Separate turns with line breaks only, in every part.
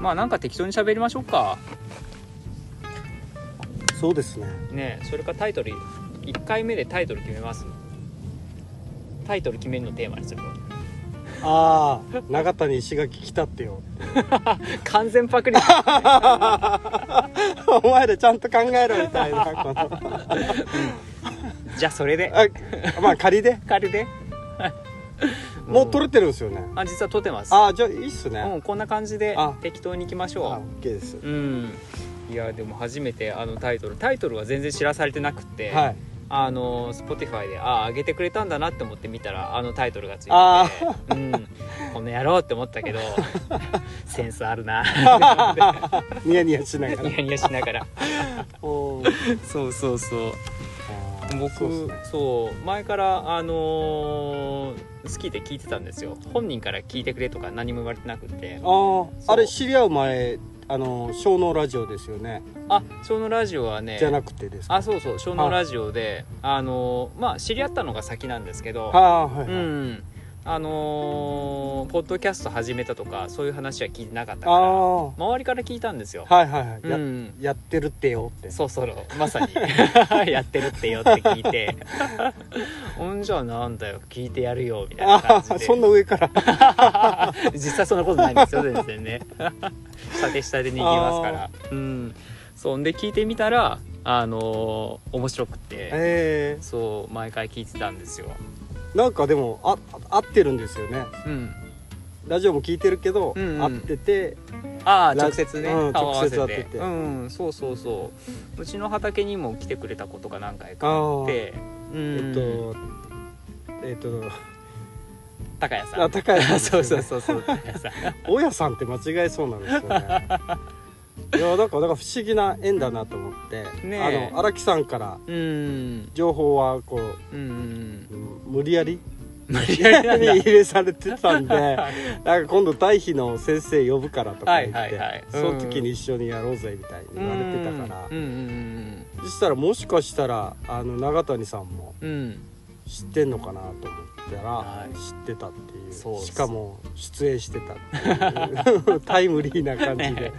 まあなんか適当に喋りましょうか
そうですね
ねえそれかタイトル1回目でタイトル決めますタイトル決めるのテーマにするの
ああ永谷石垣来たってよ
完全パクリ
お前らちゃんと考えろみたいなこと
じゃあそれで
あまあ仮で
軽 で
もう取れてるんですよね
あ実は撮ってます
ああじゃあいいっすね、
うんこんな感じで
あ
適当にいきまし
あ
ょ
OK です、
ううんいやでも初めてあのタイトルタイトルは全然知らされてなくって、
はい
あの Spotify でああ上げてくれたんだなって思って見たらあのタイトルがついて
あ
て、うん、この野郎って思った けどセンスある な
ニヤニヤしながら
ニヤニヤしながら
お
そうそうそう僕
そ
そう
っ
う,、
すね
前からあのー好きで聞いてたんですよ本人から聞いてくれとか何も言われてなくて
あああ
そ
れ
う
知り合う前あの小脳ラジオですよね
あそのラジオはね
じゃなくてですか
あそうそう小脳ラジオであのーまあ知り合ったのが先なんですけど
あーはいうはい、
んあのーポッドキャスト始めたとかそういう話は聞いてなかった
あ
から
あは
周りから聞いたんですよ、
いはいはい、
う
や
ん
やってるってよって
そうそうまさに やってるってよって聞いて ほんじゃなんだよ聞いてやるよみたいな
あ
感じ
あ
で
そんな上から
実際そんなことないんですよ全然 ね下手下手に行きますからうんそんで聞いてみたらあのー面白くて
え
そう毎回聞いてたんですよ
ー、なんかでもあ合ってるんですよね
うん
ラジオも聞いてるけど、
うんうん
合ってて
ああ
ラ
直接ね
うん
顔合わせて
直接会ってて
うんそうそうそううちの畑にも来てくれたことが何回
あ
かあっ
ー
てうん
えっとえっと
高谷さ
あ
ん
高谷さんで す
そう
よね
そうそうそう高谷さん
大家さんって間違えそうなん ですよねいやだからなんか不思議な縁だなと思って、
ねえ
あの荒木さんから
うん
情報はこう
うんうん
うん無理やり
無理やりなん
に
だ
入れされてた んでなんか今度対比の先生呼ぶからとか言って、
はいはいはい
その時に一緒にやろうぜみたいに言われてたから
うんうんうん
そしたらもしかしたらあの永谷さんも
うんうん
知ってんのかなと思ったら、
はい
知ってたっていう
そうそう
しかも出演してたっていう タイムリーな感じで、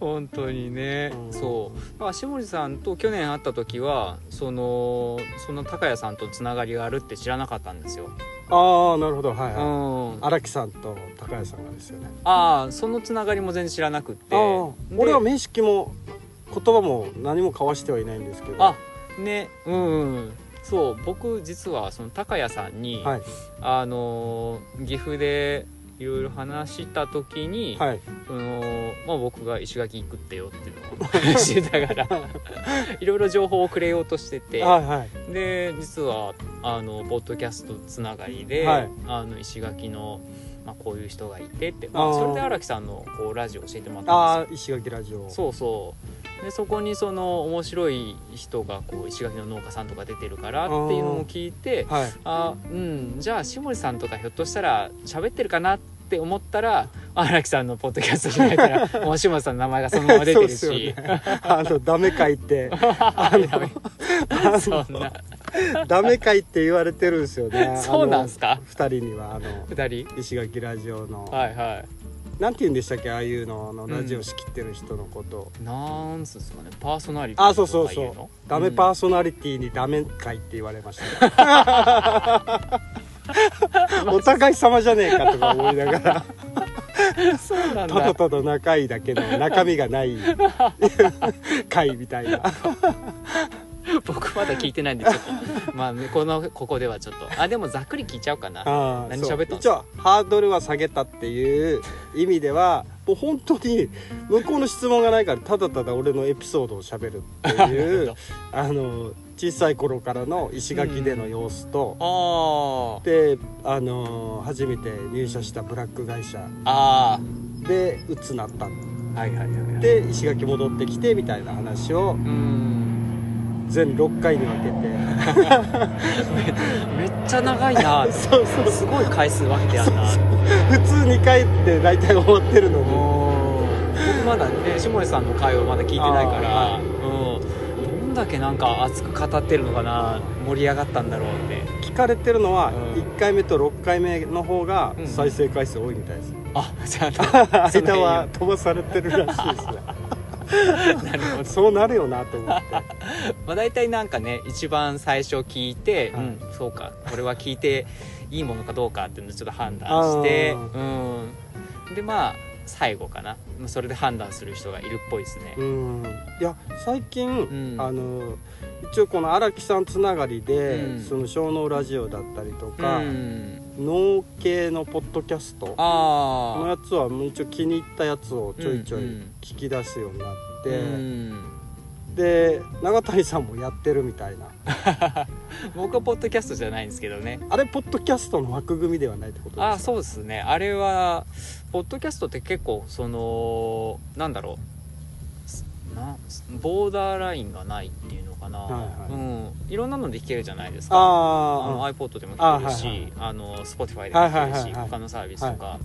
本当にね、
うん
そうだから下地さんと去年会った時はそのその高谷さんとつながりがあるって知らなかったんですよ、
ああなるほどはいはい、
うん、
荒木さんと高谷さんがですよね
ああそのつながりも全然知らなくって
あー
で
俺は面識も言葉も何も交わしてはいないんですけど
あねうんうんそう僕実はその高谷さんに、
はい
あのー岐阜でいろいろ話した時に、
はい
そのまあ、僕が石垣行くってよっていうのをしてた からいろいろ情報をくれようとしてて
はいはい
で実はあのポッドキャストつながりで、
はい
あの石垣の、まあ、こういう人がいてって、まあ
あー
それで荒木さんのこうラジオ教えてもらったんですよ
ああ石垣ラジオ
そうそうでそこにその面白い人がこう石垣の農家さんとか出てるからっていうのも聞いて
はい
あうんじゃあ下地さんとかひょっとしたら喋ってるかなって思ったら荒木さんのポッドキャスト開いたら もう下地さんの名前がそのまま出てる
そうで
し
す。よね、あのダメ会って
あ
あの
やべ
あ
そんな
のダメ会って言われてるんですよね
そうなんすか
あの二人にはあの
2
石垣ラジオの、
人はいは
なんて言うんでしたっけああいうのあの
ん
ラジオ仕切ってる人のこと、
いなんすかねパーソナリティ
あそうそうそう
とかいうの
ダメパーソナリティにダメ会って言われました、 お互い様じゃねえかとか思いな がら
うんそうなん
ただ
だ
ただ仲いいだけの中身がない会みたいな
僕まだ聞いてないんでちょっとまあねこのここではちょっとあでもざっくり聞いちゃおうかな
ああ
何
そう
喋ったんです
一応ハードルは下げたっていう意味ではもう本当に向こうの質問がないからただただ俺のエピソードを喋るっていうあの小さい頃からの石垣での様子と、
あー
であの初めて入社したブラック会社
あ
で鬱なった
ーはいはいはいはい
で石垣戻ってきてみたいな話を
うーん
全6回に分けて
めっちゃ長いな
そうそう
すごい回数分けてあんな
普通2回って大体終わってるのに
おー僕まだね下地さんの回をまだ聞いてないから
あ
うんどんだけなんか熱く語ってるのかな盛り上がったんだろうって
聞惹かれてるのは
うん
1回目と6回目の方が
うん
再生回数多いみたいです、
あじゃあ その
間
辺
は飛ばされてるらしいですね
なるほど
そうなるよなと思って
まあ大体なんかね一番最初聞いて、
はい
うんそうかこれは聞いていいものかどうかっていうのをちょっと判断して
あ
うんでまあ最後かなまあそれで判断する人がいるっぽいですね
うんいや最近、
ん
あの一応この荒木さんつながりで、
うん
その小脳ラジオだったりと
う
か、
ん
脳系のポッドキャストの
あ
やつはもう一応気に入ったやつをちょいちょい
うんうん
聞き出すようになっ
あ
て、
うん
で永谷さんもやってるみたいな
僕はポッドキャストじゃないんですけどね
あれポッドキャストの枠組みではないってことですか
あそうですねあれはポッドキャストって結構そのなんだろうすなボーダーラインがないっていうのかな、
はいはい
うん、いろんなので聞けるじゃないですかあの
あ
iPod でも聞けるし
あはいはい
あの Spotify でも聞け
はいはい
る
は
し
いはい
他のサービスとか、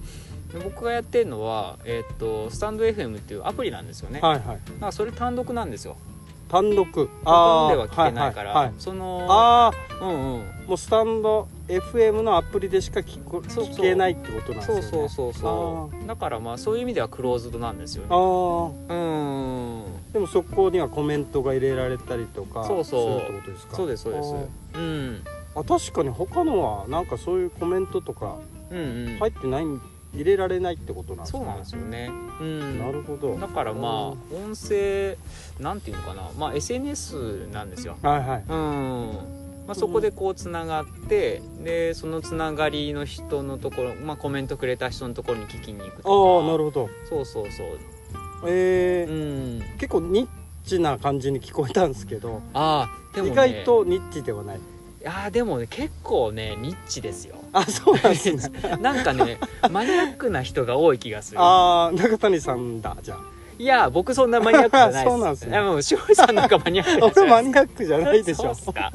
で僕がやってるのは、えーっとスタンド FM っていうアプリなんですよね、
あはいはい
なんかそれ単独なんですよ
単独
他
ー
のでは聞けないから、
はいはいはい
その
あ
うんうん
あもうスタンド FM のアプリでしか聞こ
そうそう
聞けないってことなんです
そう
よね
そうそうそうだからまあそういう意味ではクローズドなんですよね
あ
うーん
あでもそこにはコメントが入れられたりとかす
そ
る
う
って
そう
ことですか
そうですそうです
あ
うん
ーあ確かに他のはなんかそういうコメントとか
うんうん
入ってない入れられないってことなんです
そ
ね
うなんですよねうん
なるほど
だからまあ音声なんていうのかなまあ SNS なんですよ
はいはい
うん、まあ、そこでこうつながってでそのつながりの人のところ、まあ、コメントくれた人のところに聞きに行くとか
ああなるほど
そうそうそう
え
う
ー
ん
結構ニッチな感じに聞こえたんですけど、
ああでも、ね、
意外とニッチではない
ああでもね結構ねニッチですよ
あそうなんで すね
なんかねマニアックな人が多い気がする
ああ中谷さんだ じゃ
いや僕そんなマニアックじゃないです
そうなんですね
でも塩井さんなんかマニアック
あ 俺マ
アッ
ニアックじゃないでしょ
そうっすか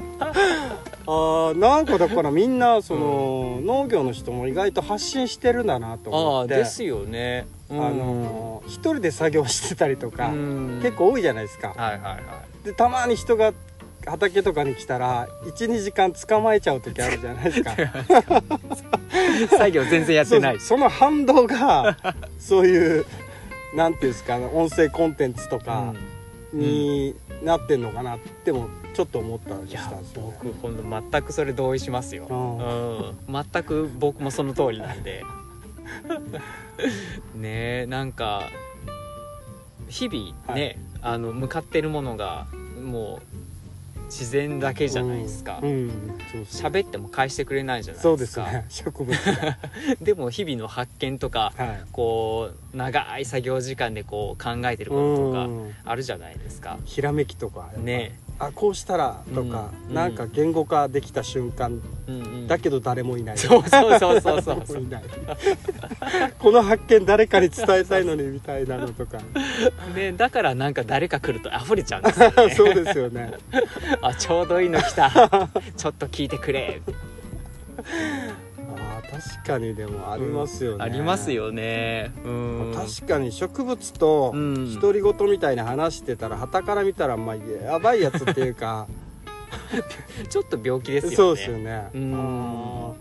ああなんかだからみんなその、農業の人も意外と発信してるんだなと
あ
思
あ
って
ですよね、
あ
うん
のー一人で作業してたりとか、
うん
結構多いじゃないですか、
はいはいはい
でたまに人が畑とかに来たら12時間捕まえちゃう時あるじゃないです か
作業全然やってない
そうその反動 がそういうなんていうんですかあの音声コンテンツとかになってんのかなってもちょっと思ったり
い
した
や
んですよ、ね、
僕ほんと全くそれ同意しますよ、
う
うん、全く僕もその通りなんで ねえなんか日々ね、あの向かってるものがもう自然だけじゃないですか
うんうんそうそう
喋、っても返してくれないじゃないですか
そうですね 植物が、
でも日々の発見とか
はい、
こう長い作業時間でこう考えてることとか
うん
あるじゃないですか
ひらめきとか
ね
あこうしたらとか、
うん
なんか言語化できた瞬間
え、うんうん
だけど誰もいない、
そうそうそうそうそう
誰もいないこの発見誰かに伝えたいのにみたいなのとか
ね、だからなんか誰か来ると溢れちゃうんです よね
そうですよね
あちょうどいいの来 たちょっと聞いてくれ
あー確かにでもありますよね、
ありますよねうん
確かに植物と
うん
独り言みたいに話してたらはたから見たらまあやばいやつっていうか
ちょっと病気ですよね
そうですよね
うん
あー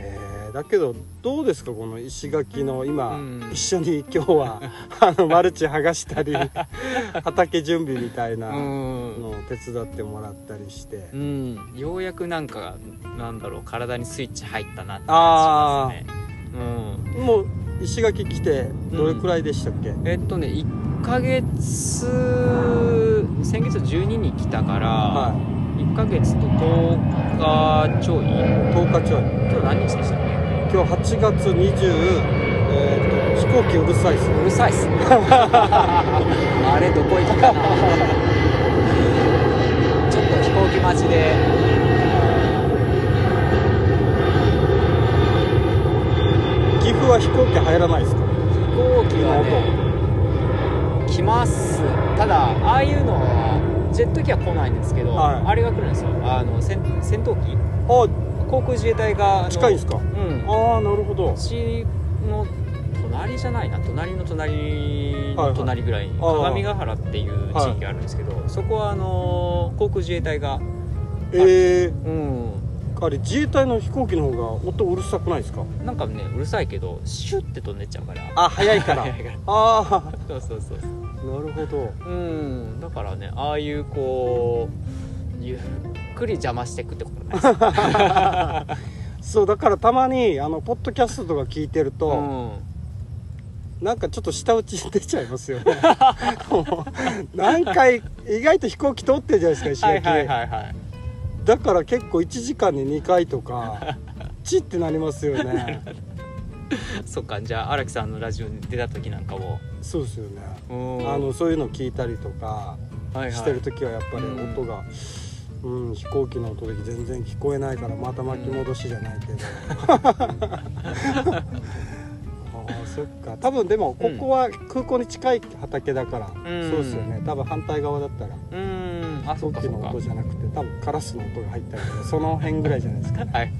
えーだけどどうですかこの石垣の今、
うん
一緒に今日 はあのマルチ剥がしたり 畑準備みたいうなの
ん、
を手伝ってもらったりして、
うん、ようやくなんかなんだろう体にスイッチ入ったなって
あ
感じしますねうん
もう石垣来てどれくらいでしたっけ、
えっとね1ヶ月先月12に来たから、
は
1ヶ月と10日ちょい
い、10日ちょい
今日何日でしたっけ
今日8月20、えーと飛行機うるさいですね
うるさいっすね あれどこ行ったかな ちょっと飛行機待ちで
岐阜は飛行機入らないですか
飛行機はね来ますただああいうのはジェット機は来ないんですけど、
はい
あれが来るんですよあの戦戦闘機
あ
航空自衛隊があの
近いんですか
うん
ああなるほど
うちの隣じゃないな隣の隣
はいは
の
い
隣ぐらいに
あー
鏡ヶ原っていう地域があるんですけど、そこはあの航空自衛隊が
ええ
うん
あれ自衛隊の飛行機の方が音うるさくないですか
なんかねうるさいけどシュッて飛んでっちゃうから
あ 早いから
早いから
あ
そうそうそうそう
あなるほど
うんだからねああいうこうゆっくり邪魔してくってことない ですか、
そうだからたまにあのポッドキャストとか聞いてる
う
と、
ん、
なんかちょっと舌打ち出ちゃいますよね もう何回意外と飛行機通ってるじゃないですか石
は
垣、
いはいはいはい
だから結構1時間に2回と かチってなりますよね
そっかじゃあ荒木さんのラジオに出た時なんかも
そうですよね
うん
あのそういうの聞いたりと
は
か
いはい
してる時はやっぱり
うん
音が、うん飛行機の音で全然聞こえないからまた巻き戻しじゃない けど、ああそっか多分でもここは空港に近い畑だから、
ん
そうですよね多分反対側だったら
うんあそっかそ
飛行機
っ
の
か
音じゃなくて多分カラスの音が入ったりとかその辺ぐらいじゃないですか
はい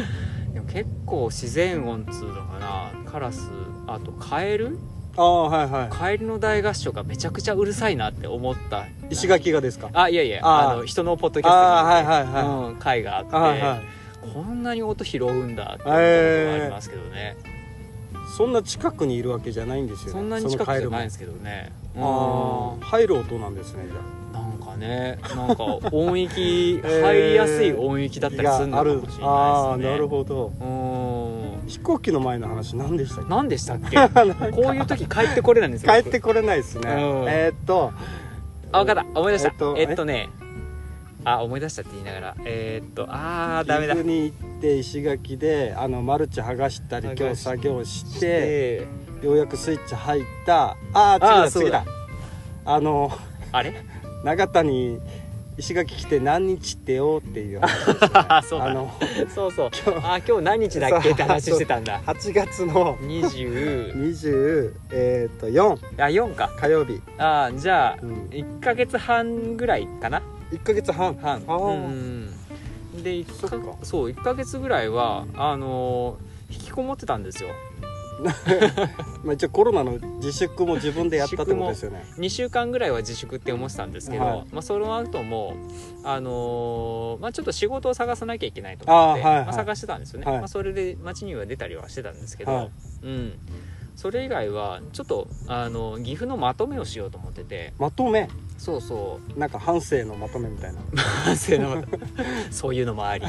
でも結構自然音っつうのかなカラスあとカエル
ああはいは
カエルの大合唱がめちゃくちゃうるさいなって思った
い石垣がですか
あいやいや
あ
あ
ー
の人のポッドキャスト
ああ
が
はいはいは
う
い、
ん、回があって、
はいはい
こんなに音拾うんだって思ったことがありますけどね、
そんな近くにいるわけじゃないんですよね
そんなに近くじゃないんですすけどね
ああ入る音なんですねじゃ
うんなんかねなんか音域入りやすい音域だったりするのかもしれないですね
ああーなるほど
う
飛行機の前の話何でしたっ
ん何でしたっ けこういう時帰ってこれないんです
け
よ
帰ってこれないですね、
うん
えーっと
あ分かった思い出した
え
え
っと
っとねあ思い出したって言いながらえーっとあーダメ
岐
だ
阜に行って石垣であのマルチ剥がした
剥
り
がし
今日作業して
で
ようやくスイッチ入ったああ
あーそ
次
う
だ
だ
次だあの
あれ
長谷石垣来て何日ってよっていう話ですね
あ そうだ
あの
そうそう
今日
あ今日何日だっけって話してたん だ
8月の
20
24、えーっと4
あ4か
火曜日、
あじゃあ
うん、
1ヶ月半ぐらいかな
1ヶ月半
半
あー
うんで一か
そっか
そう1ヶ月ぐらいはあのー引きこもってたんですよ
まあ、一応コロナの自粛も自分でやったってことですよね
2週間ぐらいは自粛って思ってたんですけど、
はい
まあ、その後もあのーまあ、ちょっと仕事を探さなきゃいけないと
あ
思
ー
って
はいはい
まあ、探してたんですよね、
はい
まあ、それで街には出たりはしてたんですけど、
はい
うん、それ以外はちょっとあの岐阜のまとめをしようと思ってて
まとめ
そう そう
なんか反省のまとめみたいな
反省のまとめそういうのもあり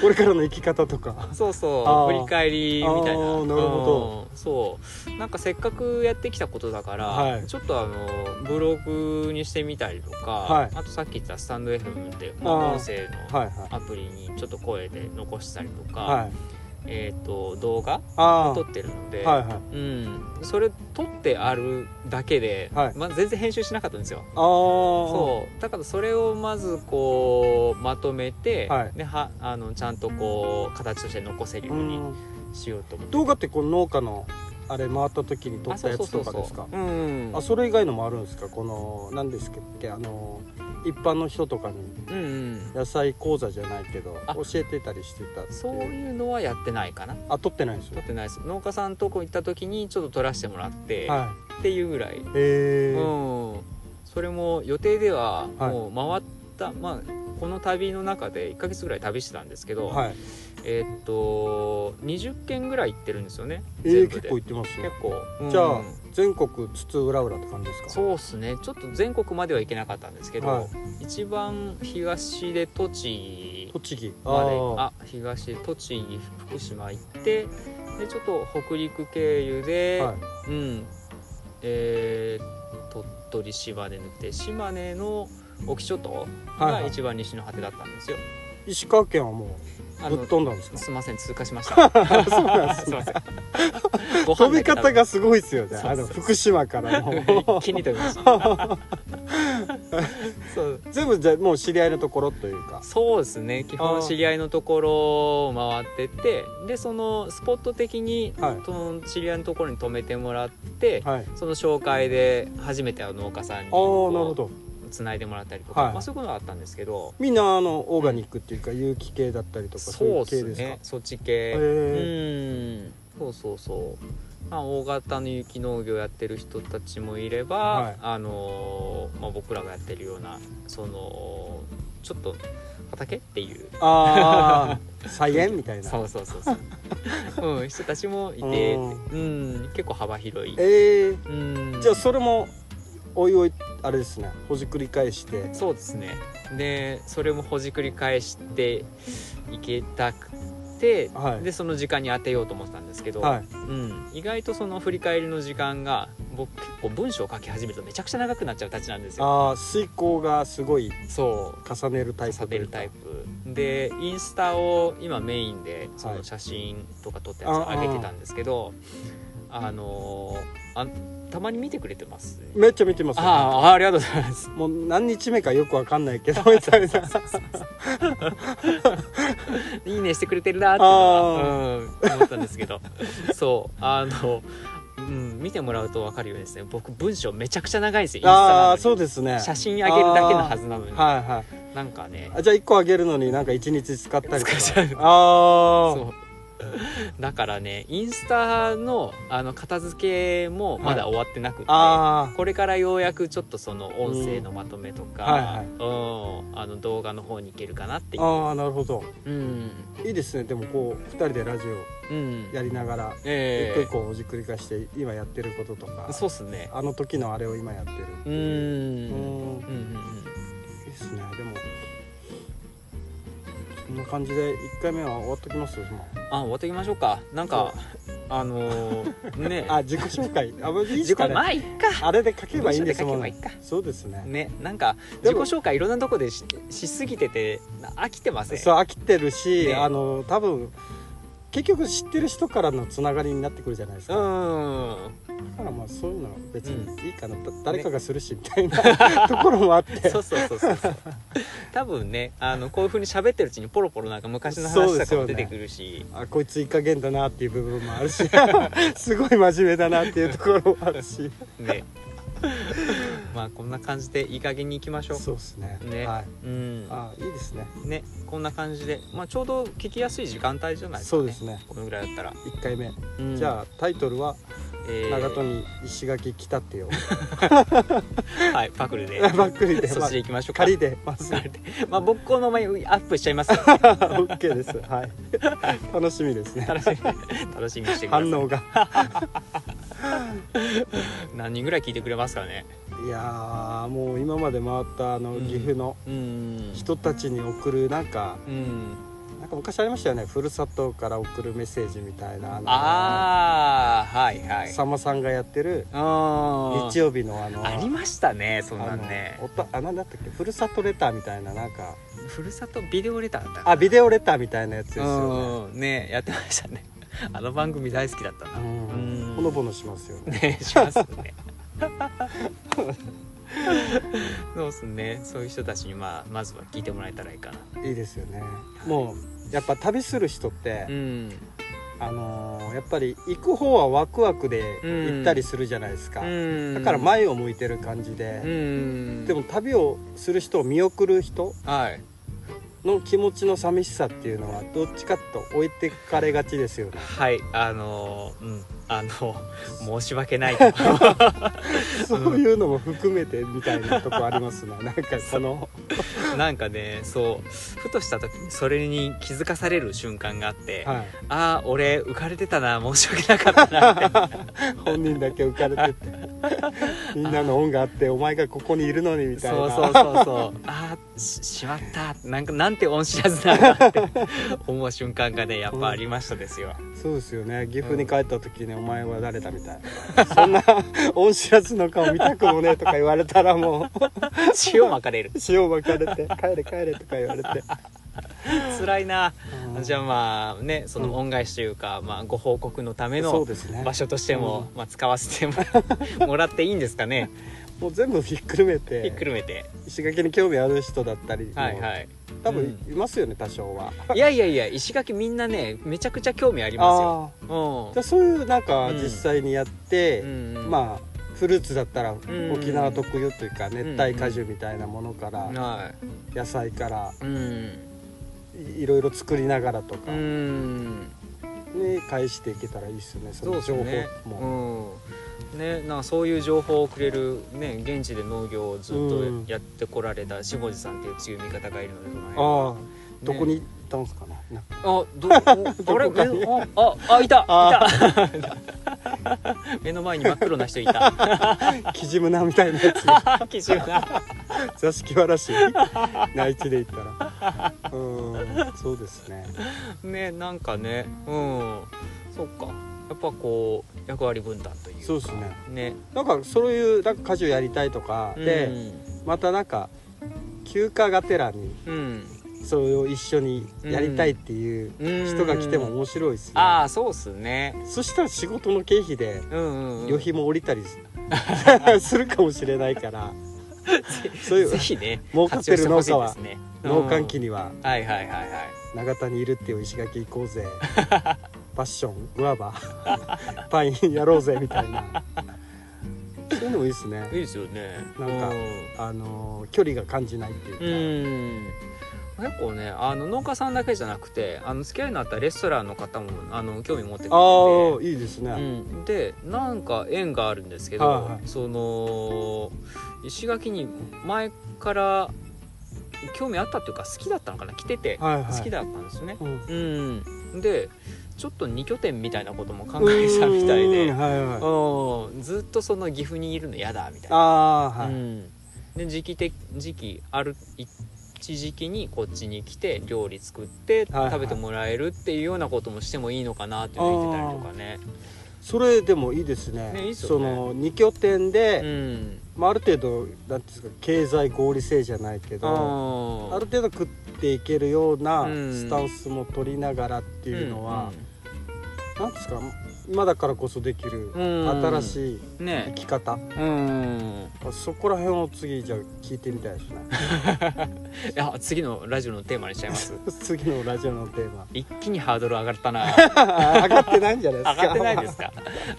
これからの生き方とか
そう
あ
そ
ー
う振り返りみたいな
あーなるほど
うんそうなんかせっかくやってきたことだから、
はい
ちょっとあのブログにしてみたりとか、
はい
あとさっき言ったスタンド FM って、まあ
あー
音声の
はいは
アプリにちょっと声で残したりとか、
いはい
えっ、と動画
あ
撮ってるので、
あはいは
う
い
ん、それ撮ってあるだけで、
はい
まあ、全然編集しなかったんですよ
ああ
そうだからそれをまずこうまとめて、
はい
ではあのちゃんとこう形として残せるようにしようと思って
動画ってこの農家のあれ回った時に撮ったやつとかですか
あそうそうそうそううん
あそれ以外のもあるんですかこの何ですっけあの一般の人とかに
うんうん
野菜講座じゃないけど
あ
教えてたりしてたっていう
そういうのはやってないかな
あ撮ってないんです
撮
よ
ってないです農家さんとこ行った時にちょっと撮らせてもらって、
は
っていうぐらい、
いへえ
うんそれも予定では
はい
もう回った、まあこの旅の中で1ヶ月ぐらい旅してたんですけど、
はい
えーっと20件ぐらい行ってるんですよね
えー
全部
結
で、
構行ってますね
結構、うん
じゃあ全国津々浦々って感じですか
そうですねちょっと全国までは行けなかったんですけど、
はい
一番東で栃木
栃木
まで
あ
あ東で栃木福島行ってでちょっと北陸経由で、
ーはい
うんえー鳥取島根抜けて島根の沖諸島
はいは
が
い
一番西の果てだったんですよ。
石川県はもうぶっ飛んだんです
あの
か
すいません通過しました。
そうなんで す
すい
ね
ません。ご飯
飛び方
だけ
がすごいですよね
そうそう
あの福島から
食べ
の
た一気に飛びました。 そう
全部じゃもう知り合いのところというか
そうですね基
あ
本
ー
知り合いのところを回っててでそのスポット的に、
はい
その知り合いのところに泊めてもらって、
はい
その紹介で初めては農家さんに
ああなるほ
こ
ど
うつないでもらったりとか、
はい
まあ、そういうことがあったんですけど
みんなあのオーガニックっていうか有機系だったりとかそうい
そう
う系
です
ですか
ねそっち系、
へ
うんそうそうそう、まあ、大型の有機農業やってる人たちもいれば、
はい
あのーまあ、僕らがやってるようなそのちょっと畑っていう
あ あ菜園みたいな
そうそうそう そう、うん、人たちもいて、
うん
うん、結構幅広い、
ええ
うん、
じゃあそれもおいおいあれですねほじくり返して
そうですねでそれもほじくり返していけたくて、
はい
でその時間に当てようと思ってたんですけど、
はい
うん、意外とその振り返りの時間が僕結構文章を書き始めるとめちゃくちゃ長くなっちゃうたちなんですよ。
ああ水耕がすごい
そう
重ねるタイプ
重
と
ね
い
る
うか
タイプでインスタを今メインでその写真とか撮ったやつ
あ
上げてたんですけど、あのーあたまに見てくれてます、
めっちゃ見てますよ
ああありがとうございます
もう何日目かよくわかんないけ どみたいな
いいねしてくれてるなっていうのは、うん、思ったんですけど そうあの、うん、見てもらうと分かるようにですね僕文章めちゃくちゃ長いんですよインスタな
あ
の
あ
に
そうですね
写真上げるだけのはずなのに
はいはい
なんかね
あじゃあ1個あげるのになんか1日使ったりとか
使っちゃう
ああ
そう だからねインスタのあの片付けもまだ終わってなくて、
あ
これからようやくちょっとその音声のまとめとか、うんあの動画の方に行けるかなって
ー
いう
あーなるほど
うん
いいですねでもこう2人でラジオ
うん
やりながら一
え
個
え
一個ほじくり返して今やってることとか
そうっすね
あの時のあれを今やってる
うんう
う
ん
んい
うんうん
いですねでもそんな感じで1回目は終わっときますもう
あ終わっていきましょうかなんかあの ーね
あ自己紹介あまあいいです
自己
かね
まあいっか
あれで書けばいいんです
文章で書け
もん
ばいいか
そうですね
ねなんか
で
自己
も
紹介いろんなとこでししすぎててな飽きてません
そう飽きてるし、
ね
あの多分結局知ってる人からのつながりになってくるじゃないです
う
か、
ん
だからまあそういうのは別
う
にいいかな、だ誰かがするしみたいな ところもあって
そうそうそうそうそう多分ねあのこういうふうに喋ってるうちにポロポロなんか昔の話とかも出てくるし、
あこいついい加減だなっていう部分もあるし すごい真面目だなっていうところもあるし
ねまあこんな感じでいい加減にいきましょう
そうですね
ね、
はい
うん
あいいですね
ねこんな感じで、まあ、ちょうど聞きやすい時間帯じゃないですか、ね、
そうですね
このぐらいだったら、
1回目、
うん
じゃあタイトルは「
えー
長富石垣来たってよ」
はいパクル で
ばっくりで、
そ
ま
っ
あ
ちでいきましょうか
仮でまず
まあ僕このままアップしちゃいます
OK ですはい楽しみですね
楽しみ楽しみにしてください
反応が
何人ぐらい聞いてくれますかね
いやーもう今まで回ったあの
うん
岐阜の
うん
人たちに送るなんか、
うん
なんか昔ありましたよねふるさとから送るメッセージみたいなあの
ああはいはい
さんまさんがやってる
あ
日曜日のあの
ありましたねそんな
あ
ん
の
ね
おたあなんだったっけふるさとレターみたいななんか
ふるさとビデオレターだったかな
あビデオレターみたいなやつですよね
うんねやってましたね あの番組大好きだったな
うん
うん
ほのぼのしますよね
ねしますね そうですねそういう人たちにまあまずは聞いてもらえたらいいかない
いですよねもうやっぱ旅する人って、
うん
あのーやっぱり行く方はワクワクで行ったりするじゃないですか、
うん
だから前を向いてる感じで、
うん
でも旅をする人を見送る人
はい
の気持ちの寂しさっていうのはどっちかと置いてかれがちですよね。
はいあのーうんあの申し訳ないと
そういうのも含めてみたいなとこあります ね。なんかその
なんかねそうふとした時にそれに気づかされる瞬間があって、
は
ああ俺浮かれてたな申し訳なかったなみたいない
本人だけ浮かれてて みんなの恩があってお前がここにいるのにみたいな。
そうそうそうそうああししまったなんかなんて恩知らずだなって思う瞬間がねやっぱありましたですよ、
そうですよね岐阜に帰った時に「お前は誰だ」みたいなそ んな恩知らずの顔見たくもねえとか言われたらもう
塩まかれる
塩まかれて「帰れ帰れ」とか言われて
辛いな
うん
じゃあまあねその恩返しというか、まあ、ご報告のため
そう
の
ですね
場所としても、まあ、使わせても もらっていいんですかね
もう全部ひっくるめ
ひってくるめて
石垣に興味ある人だったりも
はいはい
多分いますよね、多少はい
やいやいや石垣みんなねめちゃくちゃ興味ありますよ
あ
うん
あじゃあそういうなんか
うん
実際にやって、
うんうん
まあフルーツだったら
ん
沖縄特有というか熱帯果樹みたいなものから、
は
野菜から
いうん
いいろいろ作りながらとか
う
ね、
ん
返していけたらいいですよねそ
そう
の
です
情報
ね
も、
うんね、なんかそういう情報をくれる、ね、現地で農業をずっ
うん
とやってこられた下地さんっていう強い味方がいるのでその辺は
ああどこに行ったんですかねなんか
あ、ど、おあれ、
どこか
目のあ、あ、あ、いた、い
あ
た。 目の前に真っ黒な人いた。
キジムナみたいな やつ
基準が。
座敷わらし内地で行ったらうんそうですね
ね、なんかね、うん、そっか。やっぱこう役割分担というか。
そうですね
ね。
なんかそういうなんか家事をやりたいとかで、またなんか休暇がてらに
うん、うん、
それを一緒にやりたいっていう
うん
人が来ても面白いですね、
ああ、そうっすね。
そしたら仕事の経費で
うんうん、うん。
旅費も降りたりす す るかもしれないからそういう
ぜひね、
儲かってる農家は
活用してほしいですね
農閑期
うん
には
はいはいはいはい。
永田にいるっていう石垣行こ うぜパッショングアバパインやろうぜみたいなそういうのもいいですね
いいですよね。
なんか
うん
あの距離が感じないってい
う
うか、
ん結構ねあの農家さんだけじゃなくてあの付き合いのあったレストランの方もあの興味持ってくれ
あ
て
あいいですね、
うん、でなんか縁があるんですけど、
はいはい
その石垣に前から興味あったっていうか好きだったのかな来てて、
はいはい
好きだったんですよね。
うん
うん、でちょっと2拠点みたいなことも考えてたみたいで
うんはいはい
うんずっとその岐阜にいるの嫌だみたいな。
ああはい、
うん、で時期的時期ある一時期にこっちに来て料理作って
はいはい
食べてもらえるっていうようなこともしてもいいのかなっていうのを言ってたりとかね。
それでもいいですね
ねいいっすよ
そ
ね
の2拠点で、
うん、
まあ、ある程度なんていうんですか経済合理性じゃないけどあ
あ
る程度食っていけるような
うん
スタンスも取りながらって
て
いうのは、なんていうんですか今だからこそできる
うん
新しい生
ね
き方、
うん
そこら辺を次じゃあ聞いてみたいですね
いや次のラジオのテーマにしちゃいます
次のラジオのテー マ
一気にハードル上がった な
上がってないんじゃないで
上
すか
がってないですか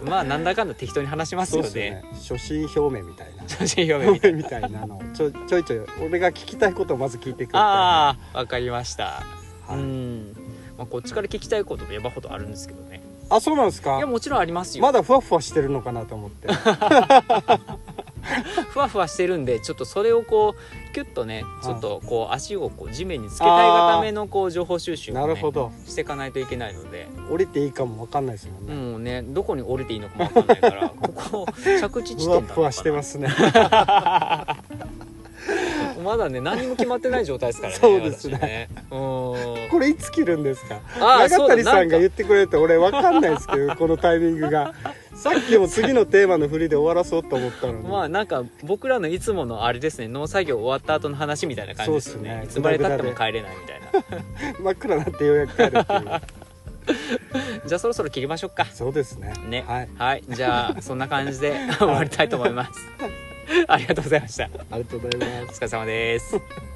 まあなんだかんだ適当に話します
そう
よ
ですよね
ね
初心表明みたいな
初心表明みた
表
い
明
な
みたいなのをちょちょいちょい俺が聞きたいことをまず聞いてくるは
ああわかりましたう
い、
ん、まあ、こっちから聞きたいことも山ほどあるんですけどね
あそうなんです
いや
か
もちろんありますよ、
まだふわふわしてるのかなと思って
ふわふわしてるんでちょっとそれをこうキュッとねちょっとこう足をこう地面につけたいがためのこう情報収集を、ね、
なるほど
していかないといけないので
降りていいかもわかんないですもんね、
もうねどこに降りていいのかもわかんないから ここ着地地点
ふ
だ
わ
った
ふわしてますすね
まだね何にも決まってない状態ですからね
そうですね
私ねうーん
これいつ切るんですか
あー
長谷さん
そ
が
うだなんか
言ってくれると俺わかんないですけ どこのタイミングがさっきも次のテーマの振りで終わらそうと思ったのに、
まあなんか僕らのいつものあれですね農作業終わった後の話みたいな感じですよね
そうっすね
いつまでたっても帰れないみたいな
真っ暗になってようやく帰るっていう
じゃあそろそろ切りましょうか
そうですね
ね、は
はいい、
じゃあそんな感じ で終わりたいと思います。ありがとうございました。
ありがとうございます
お疲れ様です。